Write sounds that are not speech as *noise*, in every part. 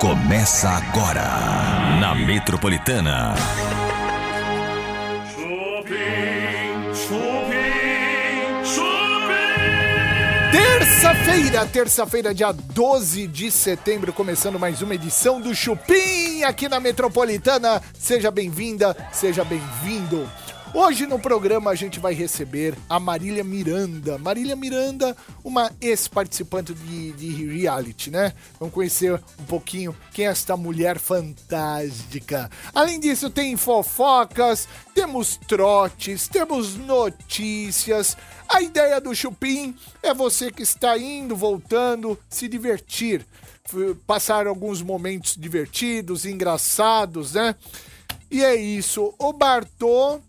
Começa agora na Metropolitana. Chupim, chupim, chupim. Terça-feira, terça-feira, dia 12 de setembro, começando mais uma edição do Chupim aqui na Metropolitana. Seja bem-vinda, seja bem-vindo. Hoje no programa a gente vai receber a Marília Miranda. Marília Miranda, uma ex-participante de, de reality, né? Vamos conhecer um pouquinho quem é esta mulher fantástica. Além disso, tem fofocas, temos trotes, temos notícias. A ideia do Chupim é você que está indo, voltando, se divertir. F- Passar alguns momentos divertidos, engraçados, né? E é isso. O Bartô,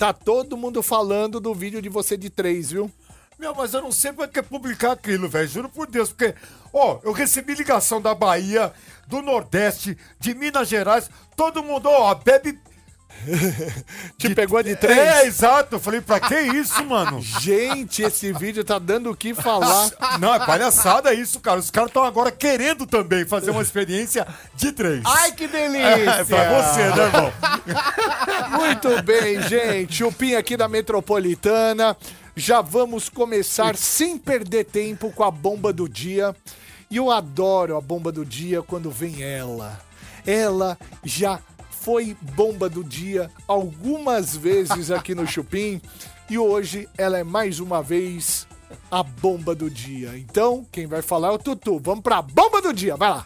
tá todo mundo falando do vídeo de você de três, viu? Meu, mas eu não sei pra que publicar aquilo, velho. Juro por Deus, porque, ó, eu recebi ligação da Bahia, do Nordeste, de Minas Gerais, todo mundo, ó, bebe. Te pegou de três? É, exato. Eu falei, pra que isso, *laughs* mano? Gente, esse vídeo tá dando o que falar. Não, é palhaçada isso, cara. Os caras estão agora querendo também fazer uma experiência de três. Ai, que delícia! é, *laughs* pra você, né, irmão? Muito bem, gente. Chupim aqui da Metropolitana. Já vamos começar sem perder tempo com a bomba do dia. E eu adoro a bomba do dia quando vem ela. Ela já foi bomba do dia algumas vezes aqui no Chupim e hoje ela é mais uma vez a bomba do dia. Então, quem vai falar é o Tutu. Vamos pra bomba do dia, vai lá.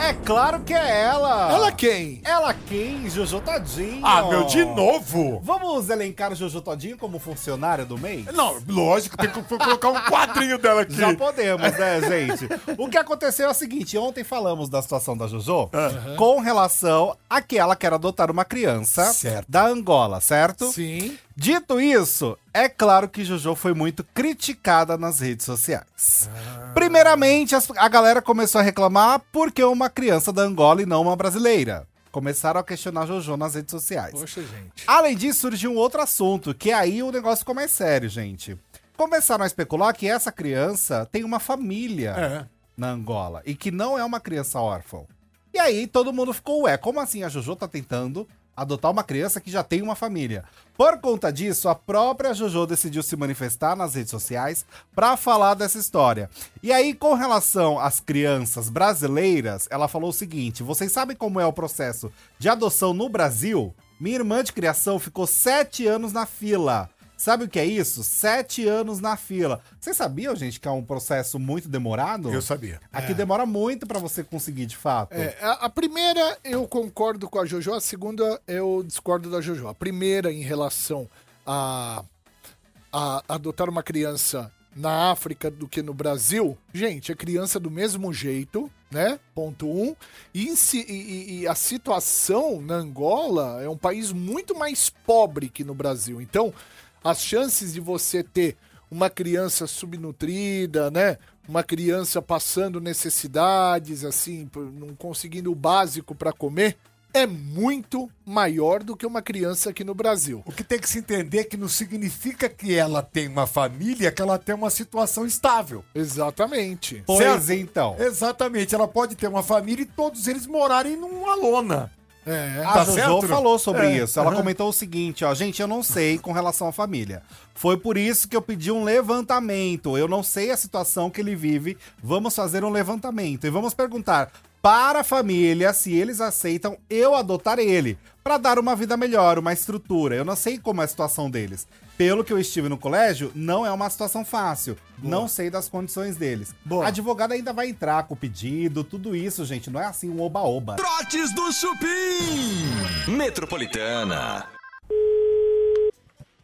É claro que é ela! Ela quem? Ela quem? Jojo Todinho! Ah, meu, de novo? Vamos elencar o Jojo Todinho como funcionária do mês? Não, lógico, tem que colocar um quadrinho dela aqui. Já podemos, *laughs* né, gente? O que aconteceu é o seguinte: ontem falamos da situação da Jojo Ah. com relação a que ela quer adotar uma criança Certo. da Angola, certo? Sim. Dito isso, é claro que Jojo foi muito criticada nas redes sociais. Ah. Primeiramente, as- a galera começou a reclamar porque uma criança da Angola e não uma brasileira. Começaram a questionar Jojo nas redes sociais. Poxa, gente. Além disso, surgiu um outro assunto, que aí o negócio ficou mais sério, gente. Começaram a especular que essa criança tem uma família É. na Angola e que não é uma criança órfã. E aí todo mundo ficou, ué, como assim a Jojo tá tentando adotar uma criança que já tem uma família? Por conta disso, a própria Jojo decidiu se manifestar nas redes sociais pra falar dessa história. E aí, com relação às crianças brasileiras, ela falou o seguinte: vocês sabem como é o processo de adoção no Brasil? Minha irmã de criação ficou sete anos na fila. Sabe o que é isso? Sete anos na fila. Vocês sabiam, gente, que é um processo muito demorado? Eu sabia. É. Aqui demora muito pra você conseguir, de fato. É, a, a primeira eu concordo com a Jojo, a segunda eu discordo da Jojo. A primeira em relação a, a adotar uma criança na África do que no Brasil, gente, é criança do mesmo jeito, né? Ponto um. E, em si- e- e- e a situação na Angola é um país muito mais pobre que no Brasil. Então, as chances de você ter uma criança subnutrida, né? Uma criança passando necessidades, assim, por- não conseguindo o básico para comer, é muito maior do que uma criança aqui no Brasil. O que tem que se entender é que não significa que ela tem uma família, que ela tem uma situação estável. Exatamente. pois certo. então. Exatamente, ela pode ter uma família e todos eles morarem numa lona. É. A Tá Jojo certo? falou sobre É. isso. Ela Aham. comentou o seguinte, ó. Gente, eu não sei com relação à família. Foi por isso que eu pedi um levantamento. Eu não sei a situação que ele vive. Vamos fazer um levantamento. E vamos perguntar para a família se eles aceitam eu adotar ele. Pra dar uma vida melhor, uma estrutura. Eu não sei como é a situação deles. Pelo que eu estive no colégio, não é uma situação fácil. Não sei das condições deles. Boa. A advogada ainda vai entrar com o pedido, tudo isso, gente. Não é assim um oba-oba. Trotes do Chupim. Metropolitana.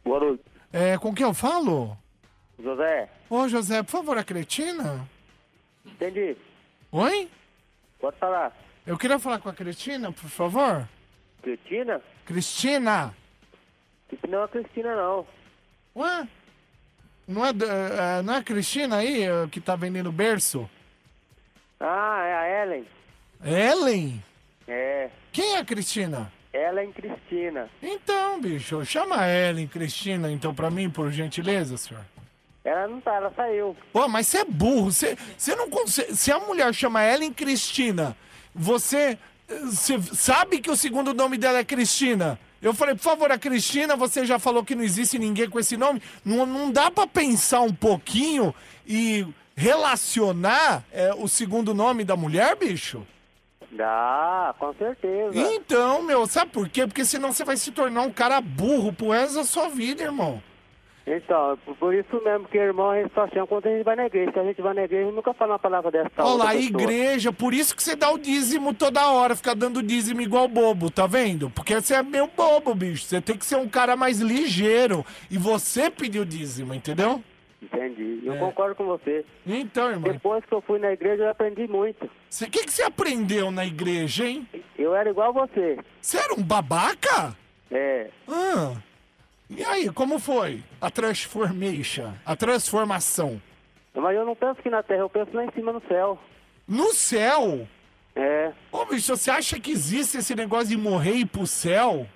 Boa noite. É, com quem eu falo? José, Ô, José, por favor, a Cretina? entendi. Oi? Pode falar. Eu queria falar com a Cretina, por favor. Cristina? Cristina? Tipo, não é Cristina, não. Ué? Não é, do- é, não é a Cristina aí é, que tá vendendo berço? Ah, é a Ellen. Ellen? É, Quem é a Cristina? Ellen Cristina. Então, bicho, chama a Ellen Cristina, então, pra mim, por gentileza, senhor. Ela não tá, ela saiu. Pô, mas você é burro. Você, você não consegue. Se a mulher chama Ellen Cristina, você, eh, você sabe que o segundo nome dela é Cristina. Eu falei, por favor, a Cristina, você já falou que não existe ninguém com esse nome. Não, não dá pra pensar um pouquinho e relacionar eh, o segundo nome da mulher, bicho? Dá, com certeza. Então, meu, sabe por quê? Porque senão você vai se tornar um cara burro pro resto da sua vida, irmão. Então, por- por isso mesmo que irmão é situação quando a gente vai na igreja. Se a gente vai na igreja, nunca fala uma palavra dessa. pra Olha outra lá, pessoa. igreja, por isso que você dá o dízimo toda hora, fica dando dízimo igual bobo, tá vendo? Porque você é meio bobo, bicho. Você tem que ser um cara mais ligeiro. E você pediu dízimo, entendeu? Entendi. É. Eu concordo com você. Então, irmão, Depois que eu fui na igreja, eu aprendi muito. o que, que você aprendeu na igreja, hein? Eu era igual você. Você era um babaca? É. Ah, e aí, como foi a transformation, a transformação? Mas eu não penso que na terra, eu penso lá em cima no céu. No céu? É. Ô, bicho, você acha que existe esse negócio de morrer e ir pro céu?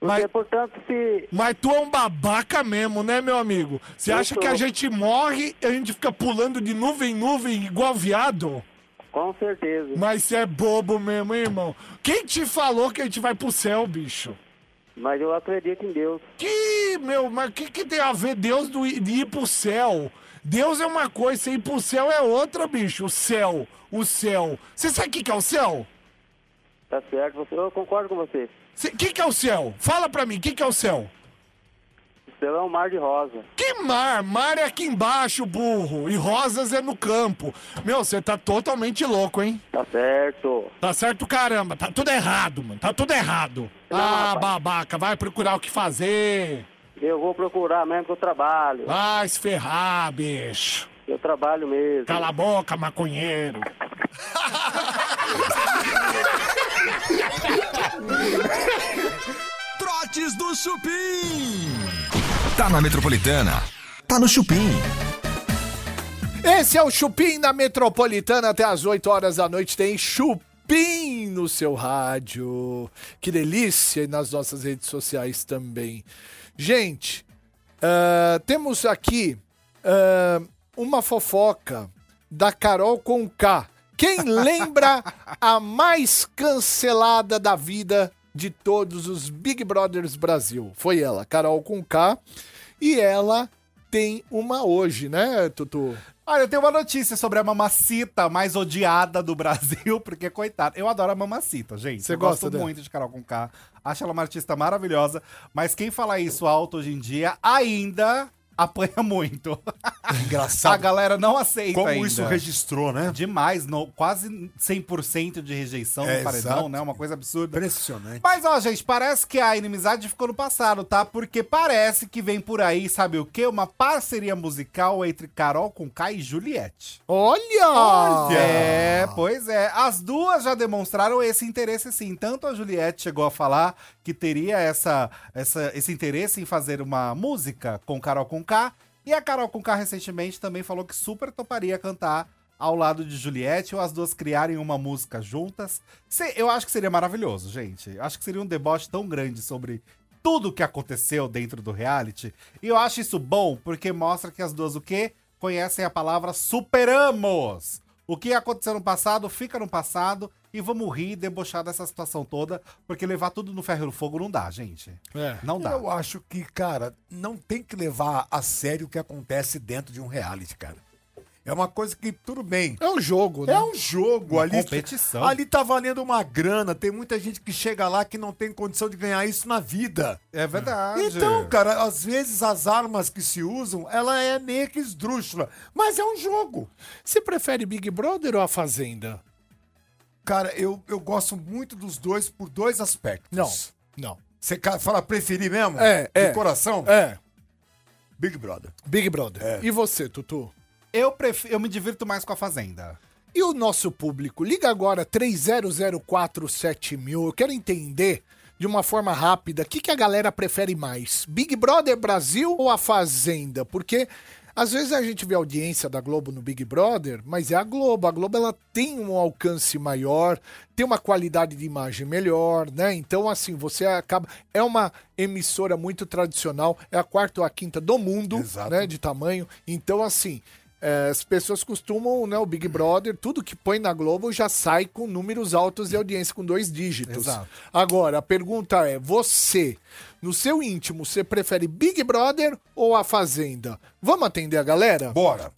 Mas- Porque, portanto, se. Mas tu é um babaca mesmo, né, meu amigo? Você Eu acha que sou. a gente morre e a gente fica pulando de nuvem em nuvem igual viado? Com certeza. Mas você é bobo mesmo, hein, irmão? Quem te falou que a gente vai pro céu, bicho? Mas eu acredito em Deus. Que, meu, mas o que, que tem a ver Deus do, de ir pro céu? Deus é uma coisa, você ir pro céu é outra, bicho. O céu, o céu. Você sabe o que, que é o céu? Tá certo? Você- Eu concordo com você. O que, que é o céu? Fala pra mim, o que, que é o céu? O céu é um mar de rosa. Que mar? Mar é aqui embaixo, burro. E rosas é no campo. Meu, você tá totalmente louco, hein? Tá certo. Tá certo, caramba. Tá tudo errado, mano. Tá tudo errado. Não, ah, rapaz. babaca, vai procurar o que fazer. Eu vou procurar mesmo que eu trabalho. Vai se ferrar, bicho. Eu trabalho mesmo. Cala a boca, maconheiro. Trotes do Chupim. Tá na Metropolitana. Tá no Chupim. Esse é o Chupim na Metropolitana até às 8 horas da noite. Tem Chupim no seu rádio. Que delícia! E nas nossas redes sociais também. Gente, ah, temos aqui ah, uma fofoca da Carol com K. Quem lembra a mais cancelada da vida de todos os Big Brothers Brasil? Foi ela, Carol com K. E ela tem uma hoje, né, Tutu? Olha, eu tenho uma notícia sobre a mamacita mais odiada do Brasil, porque, coitada, eu adoro a mamacita, gente. Você eu gosta gosto dela? muito de Carol Conká, acho ela uma artista maravilhosa, mas quem fala isso alto hoje em dia ainda apanha muito. a Engraçado. galera não aceita Como ainda. isso registrou, né? Demais, no, quase 100% de rejeição É, no paredão, exato. né? Uma coisa absurda. Impressionante. Mas ó, gente, parece que a inimizade ficou no passado, tá? Porque parece que vem por aí, sabe o quê? Uma parceria musical entre Carol Conká e Juliette. Olha! É, pois é. As duas já demonstraram esse interesse, sim. Tanto a Juliette chegou a falar que teria essa, essa- esse interesse em fazer uma música com Carol Conká. E a Carol Conká recentemente também falou que super toparia cantar ao lado de Juliette ou as duas criarem uma música juntas. Se- eu acho que seria maravilhoso, gente. Acho que seria um deboche tão grande sobre tudo o que aconteceu dentro do reality. E eu acho isso bom porque mostra que as duas o quê? Conhecem a palavra superamos. O que aconteceu no passado, fica no passado e vamos rir e debochar dessa situação toda, porque levar tudo no ferro e no fogo não dá, gente. Não dá. Eu acho que, cara, não tem que levar a sério o que acontece dentro de um reality, cara. É uma coisa que, tudo bem. É um jogo, né? É um jogo Uma ali. competição. Ali tá valendo uma grana. Tem muita gente que chega lá que não tem condição de ganhar isso na vida. É verdade. Então, cara, às vezes as armas que se usam, ela é meio que esdrúxula. Mas é um jogo. Você prefere Big Brother ou A Fazenda? Cara, eu, eu gosto muito dos dois por dois aspectos. Não, não. Você ca- fala preferir mesmo? É, é. De coração? É, Big Brother. Big Brother. É. E você, Tutu? eu, prefiro, eu me divirto mais com a Fazenda. E o nosso público? Liga agora 30047000. Eu quero entender de uma forma rápida o que, que a galera prefere mais: Big Brother Brasil ou A Fazenda? Porque Às vezes a gente vê a audiência da Globo no Big Brother, mas é a Globo. A Globo ela tem um alcance maior, tem uma qualidade de imagem melhor, né? Então, assim, você acaba. É uma emissora muito tradicional, é a quarta ou a quinta do mundo, né? De tamanho. Então, assim. é, as pessoas costumam, né? O Big Brother, tudo que põe na Globo já sai com números altos de audiência, com dois dígitos. Exato. Agora, a pergunta é: você, no seu íntimo, você prefere Big Brother ou a Fazenda? Vamos atender a galera? Bora.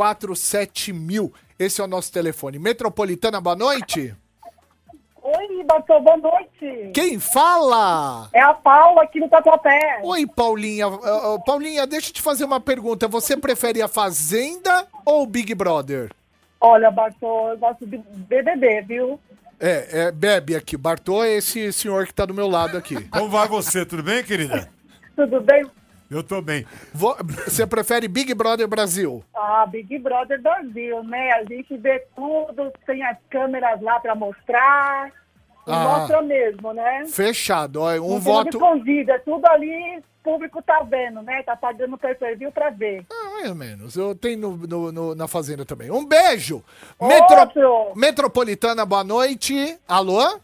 30047000. Esse é o nosso telefone. Metropolitana, boa noite. Oi, Batou, boa noite. Quem fala? É a Paula aqui no Tatuapé. Oi, Paulinha. Ah, ah, Paulinha, deixa eu te fazer uma pergunta. Você prefere a Fazenda ou o Big Brother? Olha, Batou, eu gosto de BBB, viu? É, é, bebe aqui. Bartô é esse senhor que tá do meu lado aqui. Como vai você? Tudo bem, querida? Tudo bem? Eu tô bem. Vo- Você prefere Big Brother Brasil? Ah, Big Brother Brasil, né? A gente vê tudo, tem as câmeras lá pra mostrar. E Ah. Mostra mesmo, né? Fechado. Ó, um Não tem onde voto. escondido, é tudo ali, o público tá vendo, né? Tá pagando pay per view pra ver. Ah, mais ou menos. Eu tenho no- no- no- na fazenda também. Um beijo! Metro- Metropolitana, boa noite. Alô?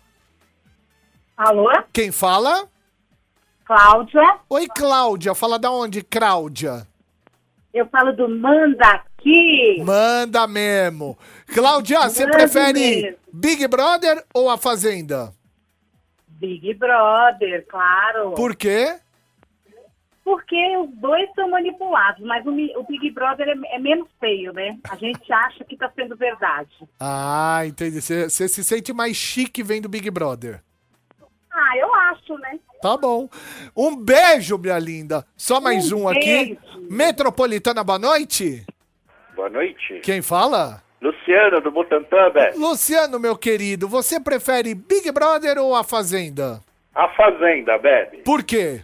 Alô? Quem fala? Cláudia? Oi, Cláudia. Fala da onde, Cláudia? Eu falo do Manda aqui. Manda mesmo. Cláudia, você Manda prefere mesmo. Big Brother ou a Fazenda? Big Brother, claro. Por quê? Porque os dois são manipulados, mas o, Mi- o Big Brother é, é menos feio, né? A gente acha que tá sendo verdade. Ah, entendi. Você você se sente mais chique vendo Big Brother. Ah, eu acho, né? Tá bom. Um beijo, minha linda. Só mais um, Um aqui. beijo. Metropolitana, boa noite. Boa noite. Quem fala? Luciano, do Butantã, velho. Luciano, meu querido, você prefere Big Brother ou A Fazenda? A Fazenda, Bebe. Por quê?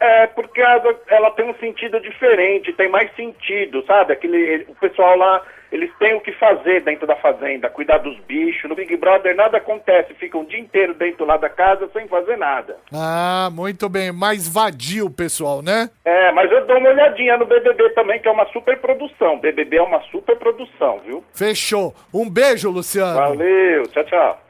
É, porque ela, ela tem um sentido diferente, tem mais sentido, sabe? Aquele, ele- o pessoal lá, eles têm o que fazer dentro da fazenda, cuidar dos bichos. No Big Brother nada acontece, ficam o dia inteiro dentro lá da casa sem fazer nada. Ah, muito bem. Mais vadio, pessoal, né? É, mas eu dou uma olhadinha no BBB também, que é uma super produção. BBB é uma super produção, viu? Fechou. Um beijo, Tá Luciano. Valeu, tchau, tchau.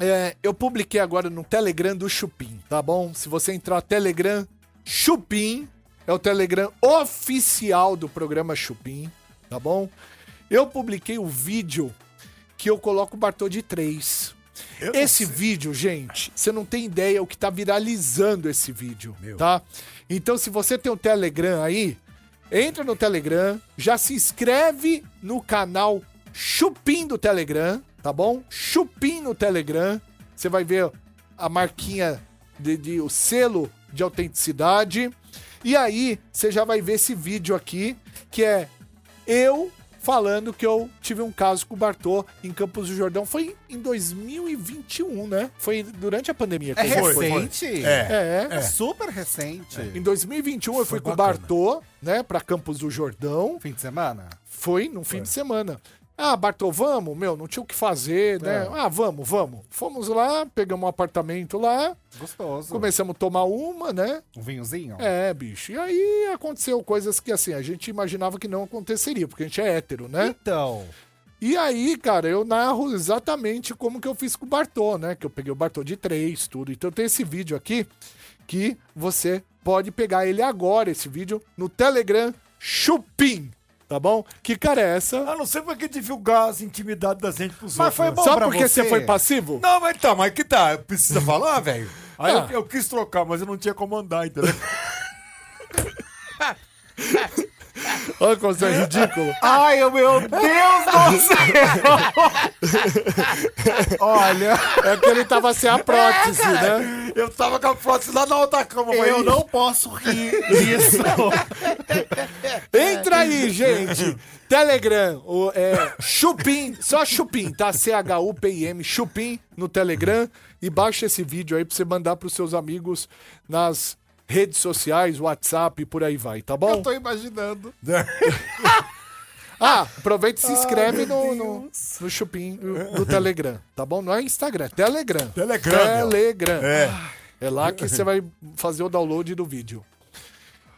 É, eu publiquei agora no Telegram do Chupim, tá bom? Se você entrar Telegram Chupim, é o Telegram oficial do programa Chupim, tá bom? Eu publiquei o vídeo que eu coloco o Bartô de 3. Esse vídeo, gente, você não tem ideia o que tá viralizando esse vídeo, tá? Então, se você tem o Telegram aí, entra no Telegram, já se inscreve no canal Chupim do Telegram, tá bom? Chupim no Telegram. Você vai ver a marquinha, de, de- o selo de autenticidade. E aí, você já vai ver esse vídeo aqui, que é eu falando que eu tive um caso com o Bartô em Campos do Jordão. Foi em 2021, né? Foi durante a pandemia. que É eu- foi, foi. recente? É, É super recente. Em 2021 eu fui com o bacana. Bartô, né, pra Campos do Jordão. Fim de semana? Foi num É. fim de semana. Ah, Bartô, vamos? Meu, não tinha o que fazer, É. né? Ah, vamos, vamos. Fomos lá, pegamos um apartamento lá, Gostoso. começamos a tomar uma, né? Um vinhozinho? É, bicho. E aí aconteceu coisas que, assim, a gente imaginava que não aconteceria, porque a gente é hétero, né? Então, E aí, cara, eu narro exatamente como que eu fiz com o Bartô, né? Que eu peguei o Bartô de três, tudo. Então tem esse vídeo aqui que você pode pegar ele agora, esse vídeo, no Telegram Chupim, tá bom? Que cara é essa? A não ser pra que divulgar as intimidades da gente pros Mas outros. foi né? bom Só pra porque você você. foi passivo? Não, mas tá, mas que tá. *laughs* Precisa falar, velho? Aí Ah. eu, eu quis trocar, mas eu não tinha como andar, entendeu? Olha como você é ridículo. *laughs* Ai, meu Deus do *laughs* céu! Olha, É que ele tava sem a É, prótese, né? eu tava com a prótese lá na outra cama, mas eu não posso rir disso. Entra aí, gente. Telegram, o, é, Chupim, só Chupim, tá? C-H-U-P-I-M, Chupim no Telegram. E baixa esse vídeo aí pra você mandar pros seus amigos nas redes sociais, WhatsApp, e por aí vai, tá bom? Eu tô imaginando. *laughs* Ah, aproveita e se inscreve no, no, no Chupim do, do Telegram, tá bom? Não é Instagram, é Telegram. Telegram, meu. Telegram. É. É lá que você vai fazer o download do vídeo.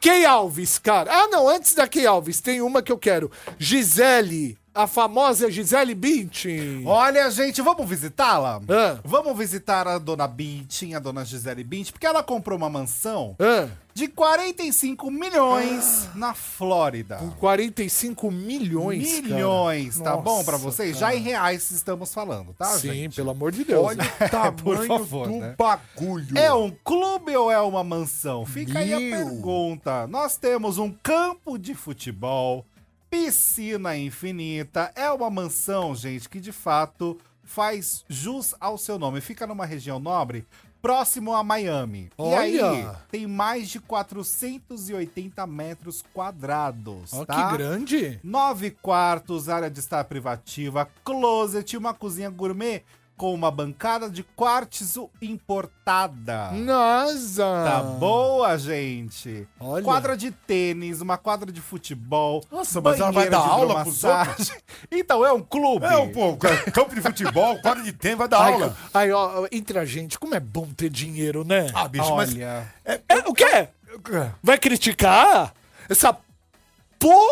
Key Alves, cara. Ah, não, antes da Key Alves, tem uma que eu quero. Gisele, a famosa Gisele Bündchen. Olha, gente, vamos visitá-la? Ah. Vamos visitar a dona Bintin, a dona Gisele Bint, porque ela comprou uma mansão Ah, de 45 milhões na Flórida. 45 Ah. milhões, cara. Milhões, tá Nossa, bom pra vocês? Já em reais estamos falando, tá, Sim, é, gente? pelo amor de Deus. *laughs* Olha Olha, o tamanho favor, do né? bagulho. É um clube ou é uma mansão? Fica aí a Meu. pergunta. Nós temos um campo de futebol, piscina infinita. É uma mansão, gente, que de fato faz jus ao seu nome. Fica numa região nobre, próximo a Miami. E aí, Olha. tem mais de 480 metros quadrados. tá? que grande. Nove quartos, área de estar privativa, closet, uma cozinha gourmet com uma bancada de quartzo importada. Nossa. Tá boa, gente. Olha. Quadra de tênis, uma quadra de futebol. Nossa, mas ela vai banheira dar de aula pros hidromassagem. Então é um clube. É um pô, campo de futebol, quadra de tênis, vai dar Ai, aula. Aí, ó, entre a gente, como é bom ter dinheiro, né? Ah, bicho, mas. Olha. É, o quê? Vai criticar? Essa pô,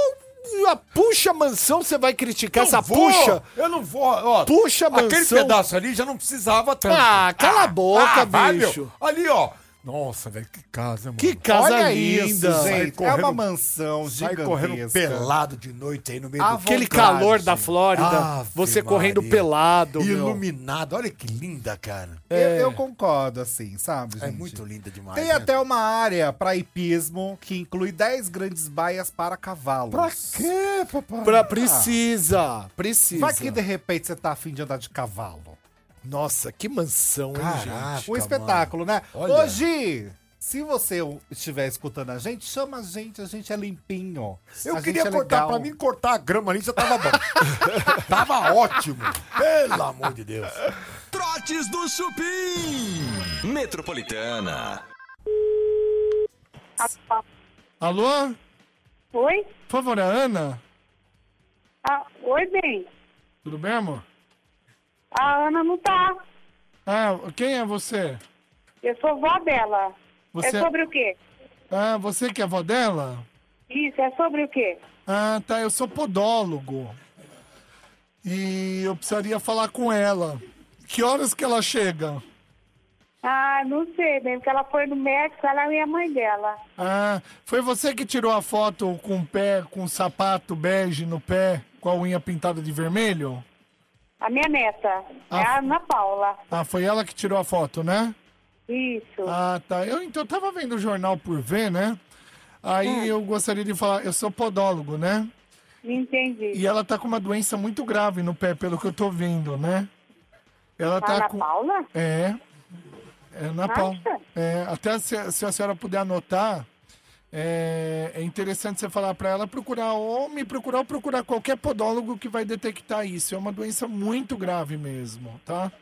a puxa mansão você vai criticar essa vou, puxa? Eu não vou, ó. Puxa mansão. Aquele pedaço ali já não precisava tanto. Ah, cala a boca, vai, bicho. meu. Ali, ó. Nossa, velho, que casa, mano. Que casa Olha isso, linda. gente. correndo- é uma mansão Sai gigantesca. correndo pelado de noite aí no meio A do Aquele vontade. calor da Flórida, Ave você correndo Maria. pelado, meu. Iluminado, olha que linda, cara. Eu, eu concordo, assim, sabe, gente? É muito linda demais. Tem né? até uma área para hipismo que inclui 10 grandes baias para cavalos. Pra quê, papai? Ah. Pra, precisa, precisa. Vai que de repente você tá afim de andar de cavalo. Nossa, que mansão, hein, Caraca, gente? um espetáculo, né? Olha. Hoje, se você estiver escutando a gente, chama a gente, a gente é limpinho. Eu A queria gente é cortar, legal. pra mim cortar a grama ali já tava bom. *laughs* tava ótimo. Pelo amor de Deus. Trotes do Chupim. Metropolitana. Alô? Oi? Por favor, é a Ana? Ah, oi, bem. Tudo bem, amor? A Ana não tá. Ah, quem é você? Eu sou vó dela. Você É sobre o quê? ah, você que é avó dela? Isso, é sobre o quê? Ah, tá, eu sou podólogo. E eu precisaria falar com ela. Que horas que ela chega? Ah, não sei, bem, porque ela foi no médico, ela e a mãe dela. Ah, foi você que tirou a foto com o pé, com o sapato bege no pé, com a unha pintada de vermelho? A minha neta, é Ah. a Ana Paula. Ah, foi ela que tirou a foto, né? Isso. Ah, tá. Eu então tava vendo o jornal por ver, né? Aí eu gostaria de falar, eu sou podólogo, né? Entendi. E ela tá com uma doença muito grave no pé, pelo que eu tô vendo, né? Ela tá Ana com. Paula? É. É Ana Paula. Nossa. É, até se, a- se a senhora puder anotar, é, é interessante você falar para ela procurar ou me procurar ou procurar qualquer podólogo que vai detectar isso. É uma doença muito grave mesmo, tá?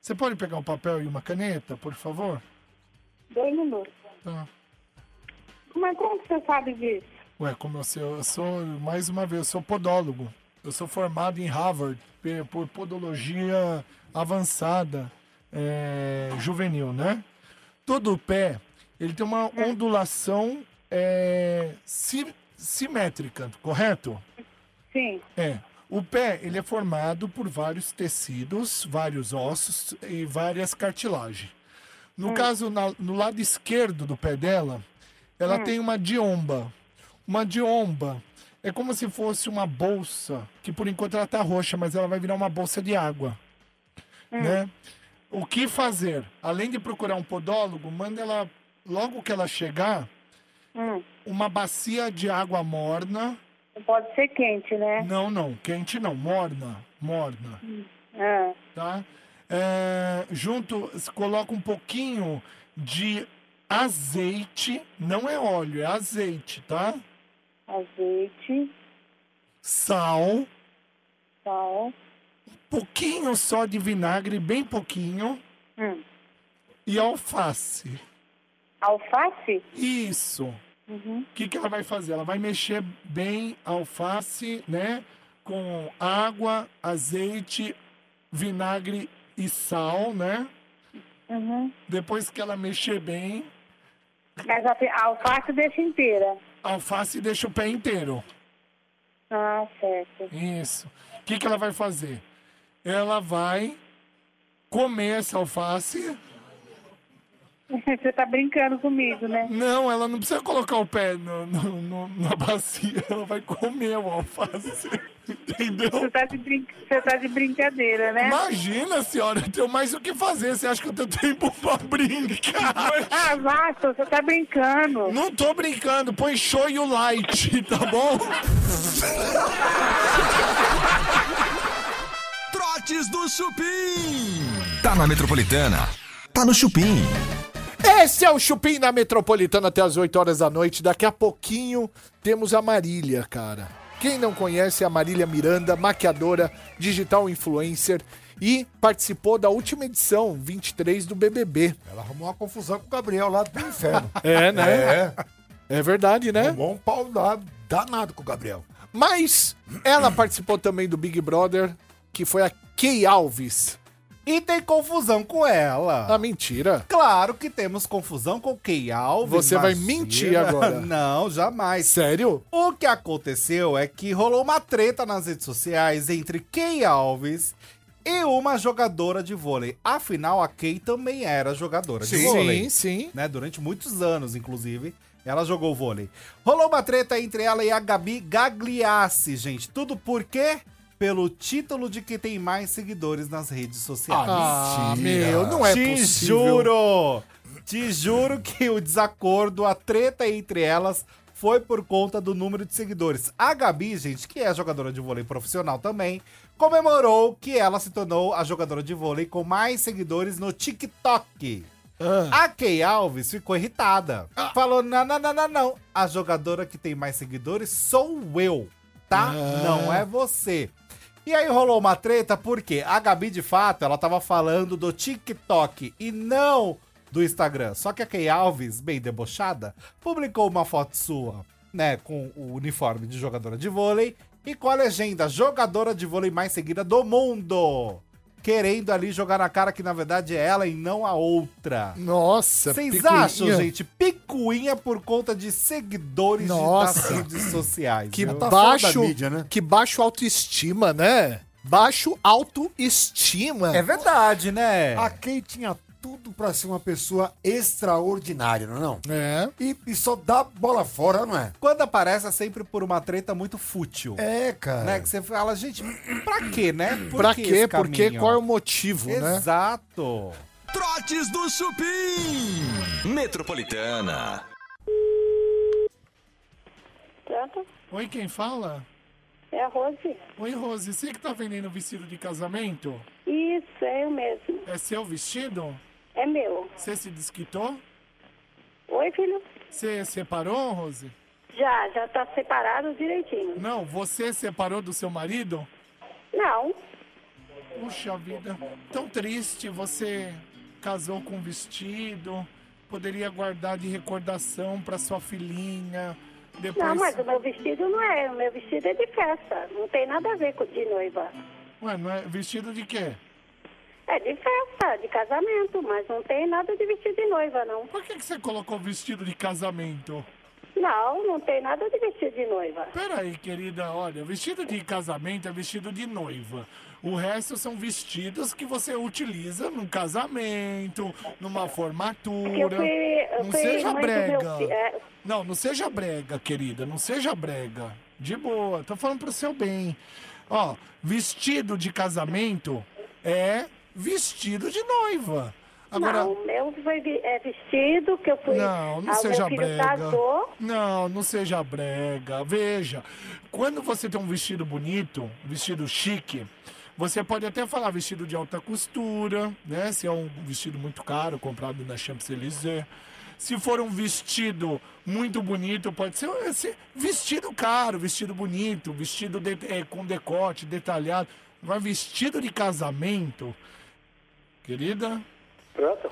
Você pode pegar um papel e uma caneta, por favor? Dois minutos. Tá. Mas como que você sabe disso? Ué, como eu sei, eu sou, mais uma vez, eu sou podólogo. Eu sou formado em Harvard pe- por podologia avançada é, juvenil, né? Todo pé, ele tem uma ondulação é, si- simétrica, correto? Sim. É. O pé, ele é formado por vários tecidos, vários ossos e várias cartilagens. No caso, na- no lado esquerdo do pé dela, ela tem uma diomba. Uma diomba é como se fosse uma bolsa, que por enquanto ela tá roxa, mas ela vai virar uma bolsa de água. Né? O que fazer? Além de procurar um podólogo, manda ela, logo que ela chegar, Hum. uma bacia de água morna. Não pode ser quente, né? Não, não, quente não, morna, morna, Ah. tá? É, junto, se coloca um pouquinho de azeite, não é óleo, é azeite, tá? Ah, Azeite, Sal, um sal. pouquinho só de vinagre, bem pouquinho, Hum. e alface. Alface? Isso. Uhum. O que, que ela vai fazer? Ela vai mexer bem a alface, né? Com água, azeite, vinagre e sal, né? Uhum. Depois que ela mexer bem, Mas a, pe- a alface deixa inteira. Alface deixa o pé inteiro. Ah, certo. Isso. O que, que ela vai fazer? Ela vai comer essa alface. *laughs* Você tá brincando comigo, né? Não, ela não precisa colocar o pé no, no- no- na bacia. Ela vai comer o alface. *laughs* Entendeu? Você tá de, brin... você tá de brincadeira, É. né? Imagina, senhora, eu tenho mais o que fazer. Você acha que eu tenho tempo *laughs* pra brincar? Ah, Vasco, você tá brincando. Não tô brincando, põe show e o light, tá bom? Trotes do Chupim. Tá na Metropolitana. Tá no Chupim. Esse é o Chupim na Metropolitana até as 8 horas da noite. Daqui a pouquinho temos a Marília, cara. Quem não conhece é a Marília Miranda, maquiadora, digital influencer e participou da última edição, 23, do BBB. Ela arrumou uma confusão com o Gabriel lá do *laughs* inferno. É, né? É, É verdade, né? arrumou um pau da- danado com o Gabriel. Mas ela participou também do Big Brother, que foi a Key Alves. E tem confusão com ela. Ah, mentira. Claro que temos confusão com Key Alves. Você vai mentir agora. *laughs* Não, jamais. É Sério? O que aconteceu é que rolou uma treta nas redes sociais entre Key Alves e uma jogadora de vôlei. Afinal, a Key também era jogadora de vôlei. sim, sim. né, Durante muitos anos, inclusive, ela jogou vôlei. Rolou uma treta entre ela e a Gabi Gagliassi, gente. Tudo por quê? Pelo título de que tem mais seguidores nas redes sociais. Ah, meu, não é Te possível. juro! Te juro que o desacordo, a treta entre elas foi por conta do número de seguidores. A Gabi, gente, que é jogadora de vôlei profissional também, comemorou que ela se tornou a jogadora de vôlei com mais seguidores no TikTok. Ah. A Key Alves ficou irritada. Falou: não, não, não, não, não. A jogadora que tem mais seguidores sou eu, tá? Ah. Não é você. E aí rolou uma treta porque a Gabi, de fato, ela tava falando do TikTok e não do Instagram. Só que a Key Alves, bem debochada, publicou uma foto sua, né, com o uniforme de jogadora de vôlei e com a legenda: jogadora de vôlei mais seguida do mundo. Querendo ali jogar na cara que na verdade é ela e não a outra. Nossa, Vocês é picuinha. acham, gente? Picuinha por conta de seguidores Nossa. das redes sociais. Que viu? tá baixo, fora da mídia, né? que baixo autoestima, né? Baixo autoestima. É verdade, né? A Kay tinha tudo pra ser uma pessoa extraordinária, não é? Não? É. E, e só dá bola fora, não é? Quando aparece é sempre por uma treta muito fútil. É, cara. Né? Que você fala, gente, pra quê, né? Por pra que quê? esse Por quê? caminho? Qual é o motivo, né? Exato. Trotes do Chupim. Metropolitana. Pronto, Oi, quem fala? é a Rose. Oi, Rose, você que tá vendendo vestido de casamento? Isso, é eu mesmo. É seu vestido? É meu. Você se desquitou? Oi, filho. Você separou, Rose? Já, já tá separado direitinho. Não, você separou do seu marido? Não, Puxa vida, tão triste. Você casou com um vestido, poderia guardar de recordação pra sua filhinha. Depois. não, mas o meu vestido não é. O meu vestido é de festa. Não tem nada a ver com de noiva. Ué, não é vestido de quê? É de festa, de casamento, mas não tem nada de vestido de noiva, não. Por que, que você colocou vestido de casamento? Não, não tem nada de vestido de noiva. Peraí, querida, olha, vestido de casamento é vestido de noiva. O resto são vestidos que você utiliza num casamento, numa Porque eu formatura. fui, eu não fui seja mãe do brega. meu filho. é, Não, não seja brega, querida, não seja brega. De boa, tô falando pro seu bem. Ó, vestido de casamento é vestido de noiva. Agora, não, o meu foi vi- é vestido que eu fui. não, não ah, seja meu filho brega. casou. Não, não seja brega. Veja, quando você tem um vestido bonito, um vestido chique, você pode até falar vestido de alta costura, né? Se é um vestido muito caro, comprado na Champs-Élysées. Se for um vestido muito bonito, pode ser esse vestido caro, vestido bonito, vestido de- eh, com decote, detalhado. Mas vestido de casamento, querida, Pronto.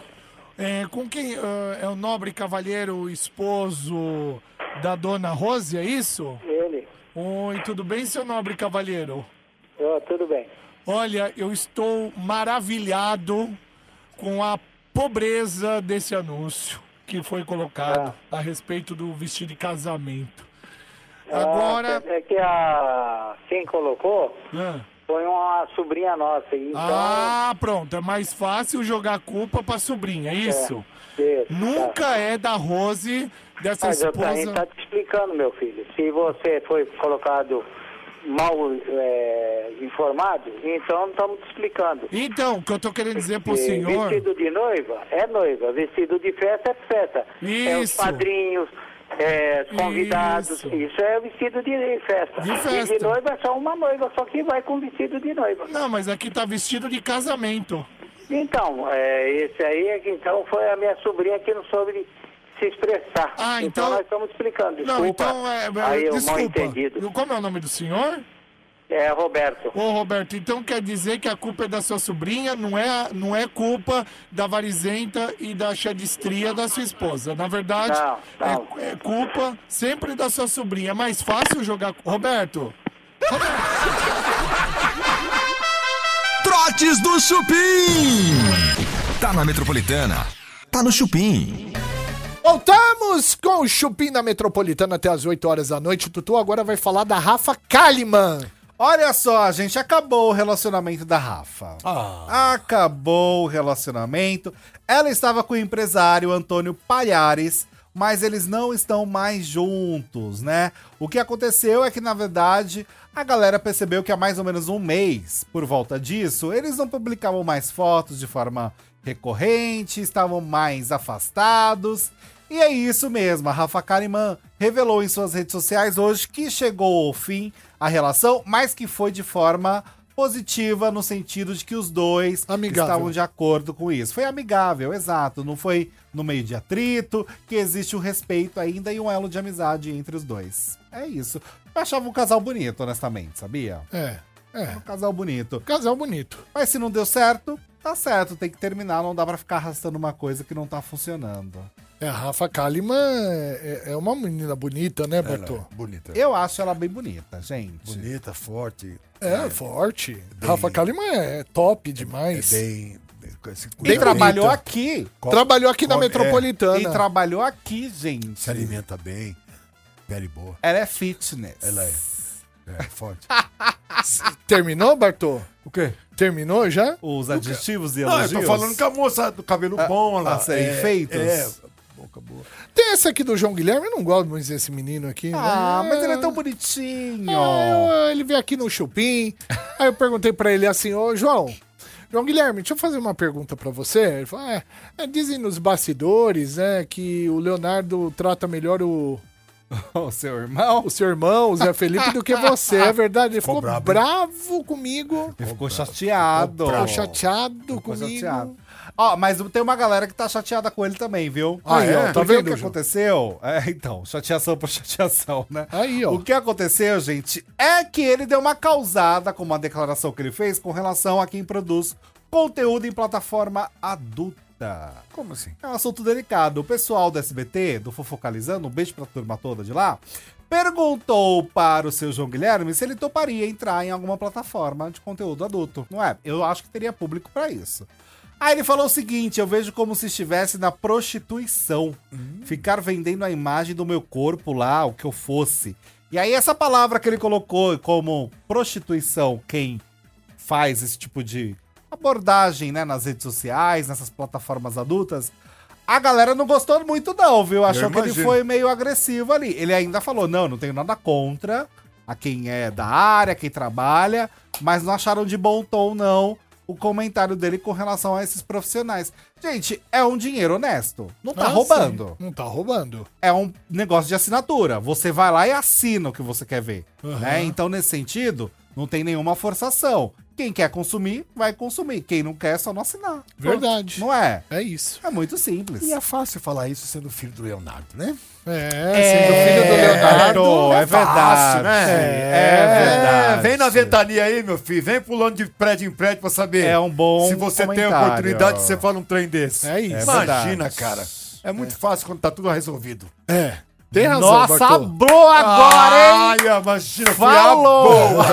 é, com quem ah, é o nobre cavalheiro esposo da dona Rose, é isso? Ele. Oi, tudo bem, seu nobre cavalheiro? Ó, tudo bem. Olha, eu estou maravilhado com a pobreza desse anúncio. que foi colocado Ah. a respeito do vestido de casamento. Agora. É que a. Quem colocou Ah, foi uma sobrinha nossa. e Então, Ah, pronto. É mais fácil jogar a culpa pra sobrinha, é isso? é, Nunca é da Rose, dessa Mas eu também esposa. tá te explicando, meu filho. Se você foi colocado mal é, informado, então estamos te explicando. Então, o que eu tô querendo dizer pro E senhor. Vestido de noiva é noiva, vestido de festa é festa. É os Isso. padrinhos, é, os convidados, Isso. isso. é vestido de festa. De festa. E de noiva é só uma noiva, só que vai com vestido de noiva. Não, mas aqui tá vestido de casamento. Então, é, esse aí é que então foi a minha sobrinha que não soube se expressar. Ah, então- nós estamos explicando. Desculpa. Não, então é. é, aí o mal desculpa. entendido. Como é o nome do senhor? É, Roberto. Ô Roberto, então quer dizer que a culpa é da sua sobrinha, não é, não é culpa da varizenta e da chadistria da sua esposa. Na verdade, Não, não. É, é culpa sempre da sua sobrinha. É mais fácil jogar. Roberto, Trotes do Chupim. Tá na Metropolitana. Tá no Chupim. Voltamos com o Chupim na Metropolitana até as 8 horas da noite. O Tutu agora vai falar da Rafa Kalimann. Olha só, gente, acabou o relacionamento da Rafa. Ah, Acabou o relacionamento. Ela estava com o empresário Antônio Palhares, mas eles não estão mais juntos, né? O que aconteceu é que, na verdade, a galera percebeu que há mais ou menos um mês, por volta disso, eles não publicavam mais fotos de forma recorrente, estavam mais afastados. E é isso mesmo, a Rafa Kalimann revelou em suas redes sociais hoje que chegou ao fim a relação, mas que foi de forma positiva, no sentido de que os dois Amigável. estavam de acordo com isso. Foi amigável, exato, não foi no meio de atrito, que existe um respeito ainda e um elo de amizade entre os dois. É isso. Eu achava um casal bonito, honestamente, sabia? É, é. Um casal bonito. Casal bonito. Mas se não deu certo, tá certo, tem que terminar, não dá pra ficar arrastando uma coisa que não tá funcionando. É, a Rafa Kalimann é, é uma menina bonita, né, Bertô? é Bonita. Eu acho ela bem bonita, gente. Bonita, forte. É, forte. Rafa Kalimann é top É demais. bem. é, se E cuida trabalhou muito, aqui. Trabalhou aqui na Come- é. Metropolitana. E trabalhou aqui, gente. Se alimenta bem. Pele boa. Ela é fitness. Ela é. É, forte. Terminou, Bertô? O quê? Terminou já? Os adjetivos e Não, elogios. Ah, eu tô falando com a moça do cabelo bom lá. a serem é, feitos? É, boca boa. Tem esse aqui do João Guilherme, eu não gosto muito desse menino aqui. Ah, né? mas ele é tão bonitinho. É, Ah, eu- ele veio aqui no Chupim. Aí eu perguntei pra ele assim, ô João, João Guilherme, deixa eu fazer uma pergunta pra você. Ele falou, "Ah, é, dizem nos bastidores, né, que o Leonardo trata melhor o, *laughs* O seu irmão o seu irmão, o Zé Felipe, do que você. É verdade, ele ficou, Ficou brabo, hein? bravo comigo, ele ficou chateado. ficou chateado Ficou comigo. chateado. Ó, mas tem uma galera que tá chateada com ele também, viu? Ah, é? Tá Porque vendo, o que Ju? aconteceu? É, então, chateação por *laughs* chateação, né? Aí, ó. O que aconteceu, gente, é que ele deu uma causada com uma declaração que ele fez com relação a quem produz conteúdo em plataforma adulta. Como assim? É um assunto delicado. O pessoal do SBT, do Fofocalizando, um beijo pra turma toda de lá, perguntou para o seu João Guilherme se ele toparia entrar em alguma plataforma de conteúdo adulto. Não é? Eu acho que teria público pra isso. Aí ele falou o seguinte: eu vejo como se estivesse na prostituição. Ficar vendendo a imagem do meu corpo lá, o que eu fosse. E aí, essa palavra que ele colocou como prostituição, quem faz esse tipo de abordagem, né, nas redes sociais, nessas plataformas adultas, a galera não gostou muito não, viu? Achou que ele imagino. foi meio agressivo ali. Ele ainda falou: "Não, não tenho nada contra a quem é da área, quem trabalha, mas não acharam de bom tom não." O comentário dele com relação a esses profissionais. Gente, é um dinheiro honesto. Não tá Ah, roubando sim, Não tá roubando. é um negócio de assinatura. Você vai lá e assina o que você quer ver. né? Então, nesse sentido, não tem nenhuma forçação. Quem quer consumir, vai consumir. Quem não quer, é só não assinar. Pronto. Verdade. Não é? É isso. É muito simples. E é fácil falar isso sendo filho do Leonardo, né? É, sendo filho do Leonardo. é, fácil, verdade. É, verdade. Vem na ventania aí, meu filho. Vem pulando de prédio em prédio pra saber. É um bom Se você tem a comentário. oportunidade, você fala um trem desse. É isso. Imagina, verdade. cara. É muito fácil quando tá tudo resolvido. É. Tem razão, Nossa, Bartô. abrou agora, hein? Ai, imagina, foi Falou!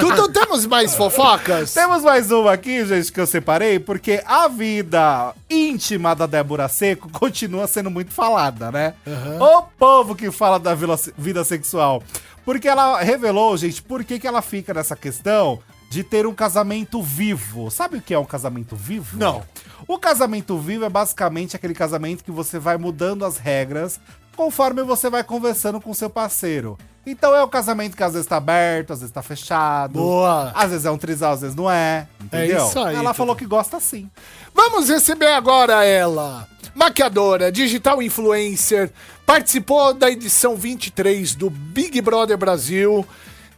Tudo temos mais fofocas? Temos mais uma aqui, gente, que eu separei, porque a vida íntima da Débora Seco *laughs* continua sendo muito falada, né? O povo que fala da vila- vida sexual. Porque ela revelou, gente, por que, que ela fica nessa questão de ter um casamento vivo. Sabe o que é um casamento vivo? Não. O casamento vivo é basicamente aquele casamento que você vai mudando as regras conforme você vai conversando com seu parceiro. Então é um casamento que às vezes tá aberto, às vezes tá fechado. Boa. Às vezes é um trisal, às vezes não é. Entendeu? isso aí, Ela tudo. falou que gosta sim. Vamos receber agora ela, maquiadora, digital influencer, participou da edição 23 do Big Brother Brasil,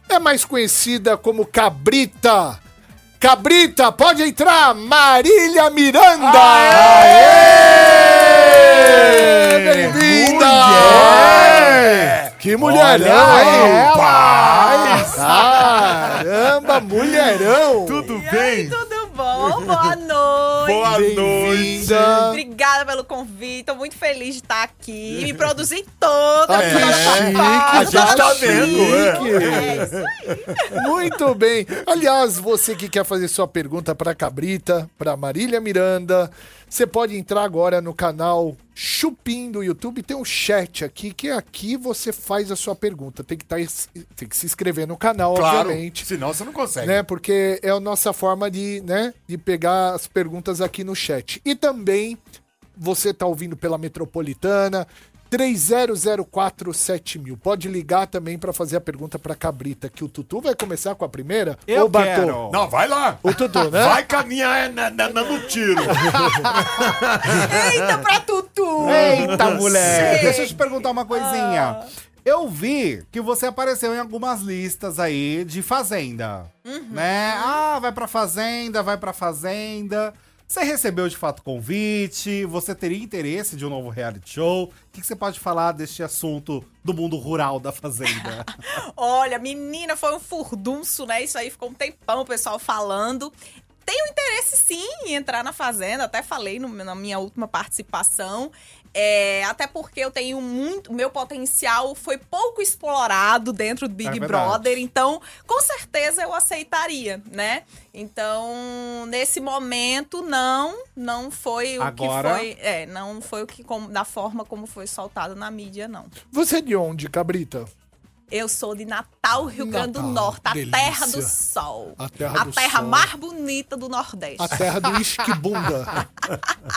é mais conhecida como Cabrita. Cabrita, pode entrar, Marília Miranda! Aê! Bem-vinda! Que mulherão! hein? Caramba, mulherão! Tudo Ai, bem? tudo bom? *laughs* Boa noite. Boa noite. Obrigada pelo convite. Tô muito feliz de estar aqui. Me produzi toda. Ah, que toda chique, tapada, a gente toda tá chique. vendo, é. É, isso aí. Muito bem. Aliás, você que quer fazer sua pergunta para Cabrita, para Marília Miranda, você pode entrar agora no canal Chupim do YouTube. Tem um chat aqui que é aqui você faz a sua pergunta. Tem que, tá, es- tem que se inscrever no canal, Claro, obviamente. senão você não consegue. Né, porque é a nossa forma de, né, de pegar as perguntas aqui no chat. E também, você tá ouvindo pela Metropolitana, 30047000. Pode ligar também para fazer a pergunta para Cabrita, que o Tutu vai começar com a primeira? Eu Ô, Bartô, quero. Não, vai lá. O Tutu, né? Vai caminhar é na, na- na- no tiro. Eita, pra tutu. Eita, mulher! Sei. Deixa eu te perguntar uma coisinha. Eu vi que você apareceu em algumas listas aí de fazenda, né? Ah, vai pra fazenda, vai pra fazenda. Você recebeu de fato convite? Você teria interesse de um novo reality show? O que que você pode falar deste assunto do mundo rural da fazenda? Olha, menina, foi um furdunço, né? Isso aí ficou um tempão o pessoal falando. Tenho interesse sim em entrar na Fazenda, até falei no- na minha última participação. É, até porque eu tenho muito. Meu potencial foi pouco explorado dentro do Big É verdade. Brother, então com certeza eu aceitaria, né? Então, nesse momento, não. Não foi o Agora- que foi. É, não foi o que. Como, da forma como foi soltado na mídia, não. Você é de onde, Cabrita? Eu sou de Natal, Rio Grande do Natal, Norte, a delícia. terra do sol. A terra do sol. mais bonita do Nordeste. A terra *laughs* do Isquibunda.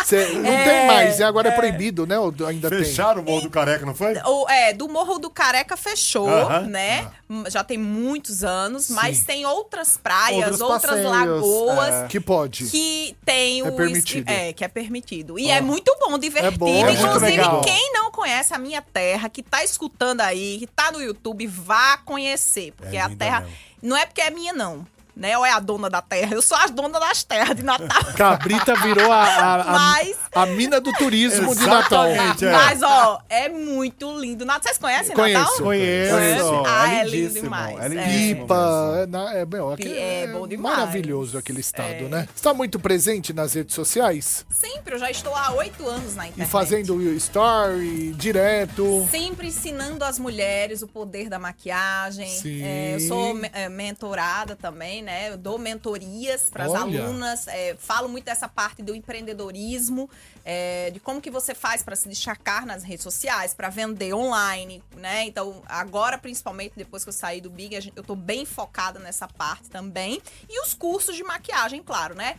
Cê- não tem mais, e agora é, proibido, né? Ou Ainda tem. Fecharam o Morro do Careca, não foi? O- é, do Morro do Careca fechou, Aham. né? Já tem muitos anos, mas tem outras praias, Outros outras passeios, lagoas. é. Que pode. Que tem o. permitido. É, que é permitido. E é muito bom, divertido. É bom, é muito Inclusive, legal. quem não conhece a minha terra, que tá escutando aí, que tá no YouTube, vá conhecer. Porque É a linda terra. mesmo. Não é porque é minha, não. Né? Ou é a dona da terra. Eu sou a dona das terras de Natal. Cabrita virou a, a, a- Mas- a mina do turismo de Natal. Exatamente, é. Mas, ó, é muito lindo. Natal- Vocês conhecem Natal? Conheço. Conheço. Ah, é lindíssimo, lindo demais. É É. lindíssimo. Pipa, é, na- é, meu, aquele- é é bom demais. maravilhoso aquele estado, É. né? Está muito presente nas redes sociais Sempre, eu já estou há oito anos na e internet. fazendo story direto. Sempre ensinando as mulheres o poder da maquiagem. Sim. É, eu sou me- é, mentorada também, né? Eu dou mentorias para as Olha. alunas. é, falo muito dessa parte do empreendedorismo, é, de como que você faz para se destacar nas redes sociais, para vender online, né? Então, agora, principalmente depois que eu saí do Big, a gente- eu tô bem focada nessa parte também. E os cursos de maquiagem, claro, né?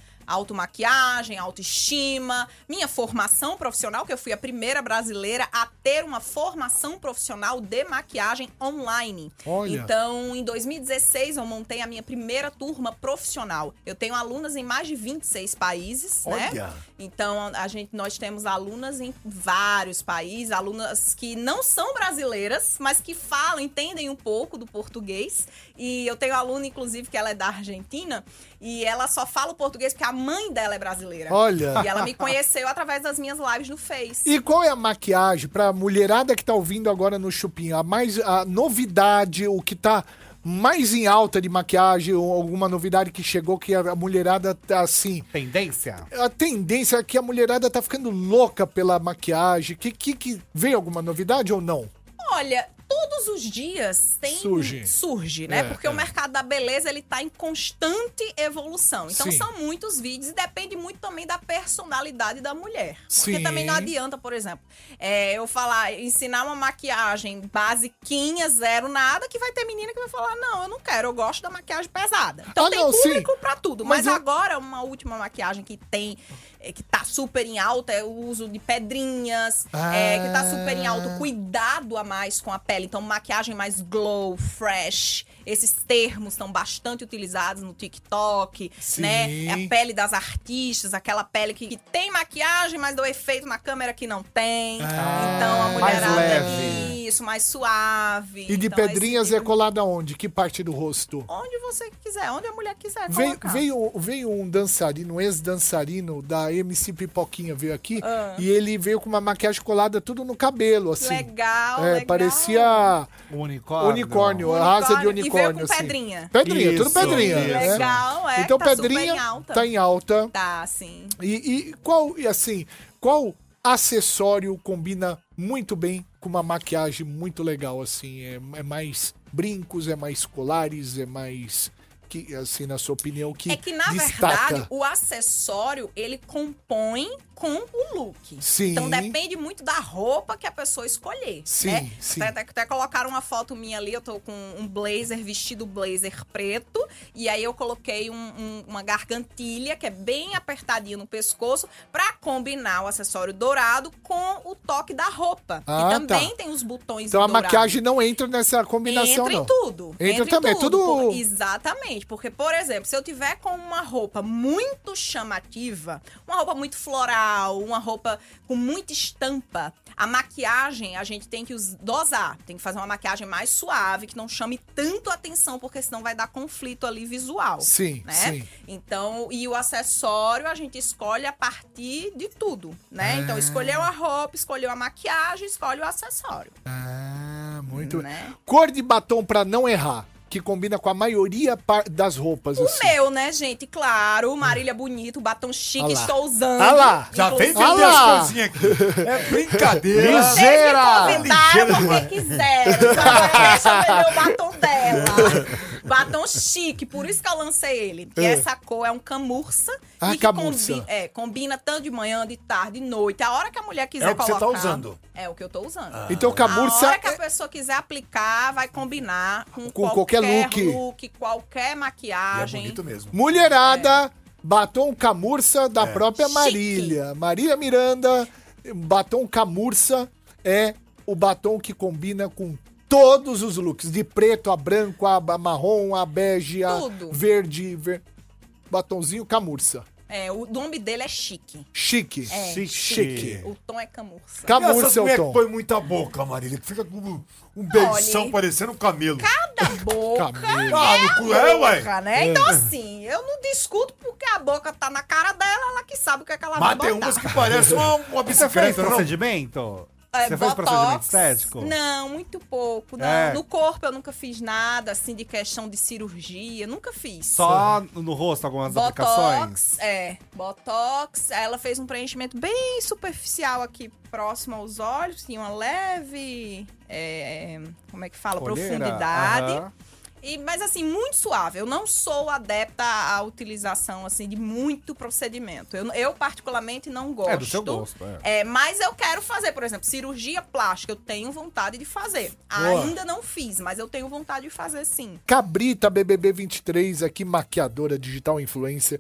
automaquiagem, autoestima, minha formação profissional, que eu fui a primeira brasileira a ter uma formação profissional de maquiagem online. Olha. Então, em 2016 eu montei a minha primeira turma profissional. Eu tenho alunas em mais de 26 países, né? Olha. Então, a gente nós temos alunas em vários países, alunas que não são brasileiras, mas que falam, entendem um pouco do português. E eu tenho aluna inclusive que ela é da Argentina e ela só fala o português porque a mãe dela é brasileira. Olha. E ela me conheceu através das minhas lives no Face. E qual é a maquiagem pra mulherada que tá ouvindo agora no Chupim? A mais a novidade, o que tá mais em alta de maquiagem ou alguma novidade que chegou que a mulherada tá assim. Tendência? A tendência é que a mulherada tá ficando louca pela maquiagem. Que, que, que veio alguma novidade ou não? Olha, todos os dias tem Surge. surge, né? É, Porque é. o mercado da beleza ele tá em constante evolução. Então Sim. são muitos vídeos e depende muito também da personalidade da mulher. Sim. Porque também não adianta, por exemplo, é, eu falar, ensinar uma maquiagem basiquinha, zero nada, que vai ter menina que vai falar: "Não, eu não quero, eu gosto da maquiagem pesada". Então Ah, tem não, sim. público pra tudo, Mas mas, eu- agora uma última maquiagem que tem é, que tá super em alta é o uso de pedrinhas, é, que tá super em alta, o cuidado a mais com a pele. Então, maquiagem mais glow, fresh. Esses termos estão bastante utilizados no TikTok, Sim. né? É a pele das artistas, aquela pele que, que tem maquiagem, mas deu efeito na câmera que não tem. Ah, então, a mais mulherada... leve. Isso, mais suave. E de Então, esse pedrinhas é tipo- colada onde? Que parte do rosto? Onde você quiser, onde a mulher quiser Veio, colocar. veio, veio um dançarino, um ex-dançarino da MC Pipoquinha veio aqui e ele veio com uma maquiagem colada tudo no cabelo, assim. Ah. Legal, É, legal. parecia Um Unicórnio. unicórnio, Unicórnio. asa de E veio unicórnio. com assim. pedrinha. Pedrinha, tudo Isso, pedrinha. isso. né? Legal, é. Então tá pedrinha super em alta. tá em alta. Tá, sim. E, e qual, e assim, qual acessório combina muito bem com uma maquiagem muito legal, assim? É, é mais brincos, é mais colares, é mais. Que, assim, na sua opinião, que. É que, na destaca. verdade, o acessório, ele compõe com o look. Sim. Então depende muito da roupa que a pessoa escolher. Sim, né? sim. Até, até colocaram uma foto minha ali, eu tô com um blazer, vestido blazer preto. E aí eu coloquei um- um- uma gargantilha, que é bem apertadinha no pescoço, pra combinar o acessório dourado com o toque da roupa. Ah, que também tá. tem os botões Então a dourados. maquiagem não entra nessa combinação, entra não. em tudo. Entra também, em tudo- um. Por- Exatamente. Porque, por exemplo, se eu tiver com uma roupa muito chamativa, uma roupa muito floral, uma roupa com muita estampa, a maquiagem a gente tem que us- dosar. Tem que fazer uma maquiagem mais suave, que não chame tanto atenção, porque senão vai dar conflito ali visual. Sim, né? sim. Então, e o acessório a gente escolhe a partir de tudo, né? É. Então, escolheu a roupa, escolheu a maquiagem, escolhe o acessório, Ah, muito. né? Cor de batom pra não errar, que combina com a maioria pa- das roupas, O assim. meu, né, gente? Claro, Marília Bonito, batom chique, Ah Hum. lá. estou usando. Ah lá, Já vem Inclusive, vender Ah as lá. coisinhas aqui. É brincadeira. Ligeira. Vocês me Zera! convidaram *laughs* porque quiseram. Então, agora deixa eu beber o batom dela. Batom chique, por isso que eu lancei ele. Porque essa cor é um camurça. Ah, e que camurça. combi- é, combina tanto de manhã, de tarde, de noite. A hora que a mulher quiser É o que você tá colocar. usando. Ah. É o que eu tô usando. Então, A camurça. hora que a é- pessoa quiser aplicar, vai combinar com, Com qualquer look. qualquer E é maquiagem. bonito mesmo. Mulherada, batom camurça da própria É. Chique. Marília. Marília Miranda, batom camurça é o batom que combina com todos os looks, de preto a branco, a ba- marrom, a bege, a Tudo. verde, ver- batonzinho camurça. É, o nome dele é chique. Chique. É, Chique. O tom é camurça. E essas Camurça é o mulheres tom. que põe muita boca, Marília, que fica com um, um beição Olha. parecendo um camelo. Cada boca Camelo. Ah, no cu é, ué. boca, né? Então, assim, eu não discuto porque a boca tá na cara dela, ela que sabe o que, é que ela Mas vai tem botar. umas que parecem uma, Você uma fez bicicleta, não? procedimento? *laughs* É, Você fez procedimento estético? Não, muito pouco. Não. É. No corpo eu nunca fiz nada, assim, de questão de cirurgia. Nunca fiz. Só no rosto algumas aplicações? Botox, é. Botox. Ela fez um preenchimento bem superficial aqui, próximo aos olhos. Tinha uma leve. é, como é que fala? Olheira? Profundidade. Aham. E, mas assim, muito suave. Eu não sou adepta à utilização assim de muito procedimento. Eu, eu, particularmente não gosto. É, do seu gosto, é. É, mas eu quero fazer, por exemplo, cirurgia plástica. Eu tenho vontade de fazer. Boa. Ainda não fiz, mas eu tenho vontade de fazer sim. Cabrita BBB 23, aqui maquiadora digital influencer.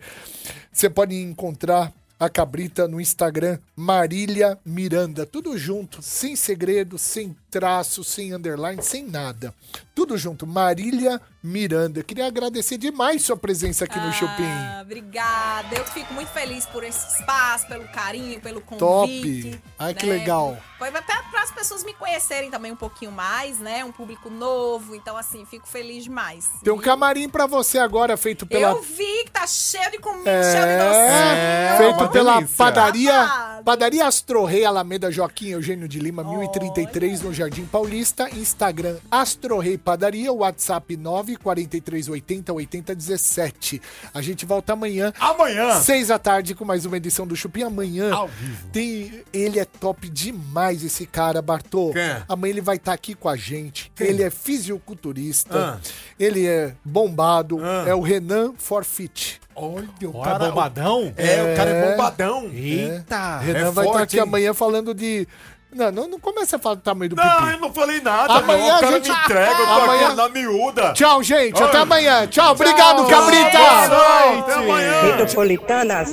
Você pode encontrar a Cabrita no Instagram Marília Miranda, tudo junto, sem segredo, sem traço, sem underline, sem nada. Tudo junto, Marília Miranda. Queria agradecer demais sua presença aqui no Chupim. Ah, obrigada. Eu fico muito feliz por esse espaço, pelo carinho, pelo convite. Top! Ai, né? que legal. Foi para as pessoas me conhecerem também um pouquinho mais, né? Um público novo. Então, assim, fico feliz demais. Tem um camarim pra você agora feito pela Eu vi que tá cheio de comida, cheio de docinho. É, feito uma pela delícia. padaria Babado. Padaria Astro Rei Alameda Joaquim Eugênio de Lima, 1033, no Jardim Paulista. Instagram Astro Rei Padaria, WhatsApp 94380 8017. A gente volta amanhã. Amanhã. Seis da tarde com mais uma edição do Chupim. Amanhã Ao vivo. tem. Ele é top demais, esse cara, Bartô. Quem é? Amanhã ele vai estar aqui com a gente. Ele é Ah. fisioculturista. Ele é bombado. É o Renan Forfit. Tá Olha, o Ó, é bombadão? É, o cara é bombadão. Eita! Renan É vai estar forte, aqui hein? amanhã falando de. Não, não, não começa a falar do tamanho do Não, pipi. eu não falei nada, Amanhã não. O a cara gente- me entrega, eu tô Amanhã- aqui na miúda. Tchau, gente. Até Oi. amanhã. Tchau. Obrigado, Cabrita. Boa noite. Até amanhã. Metropolitanas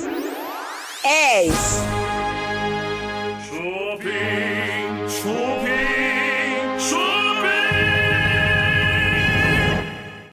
10.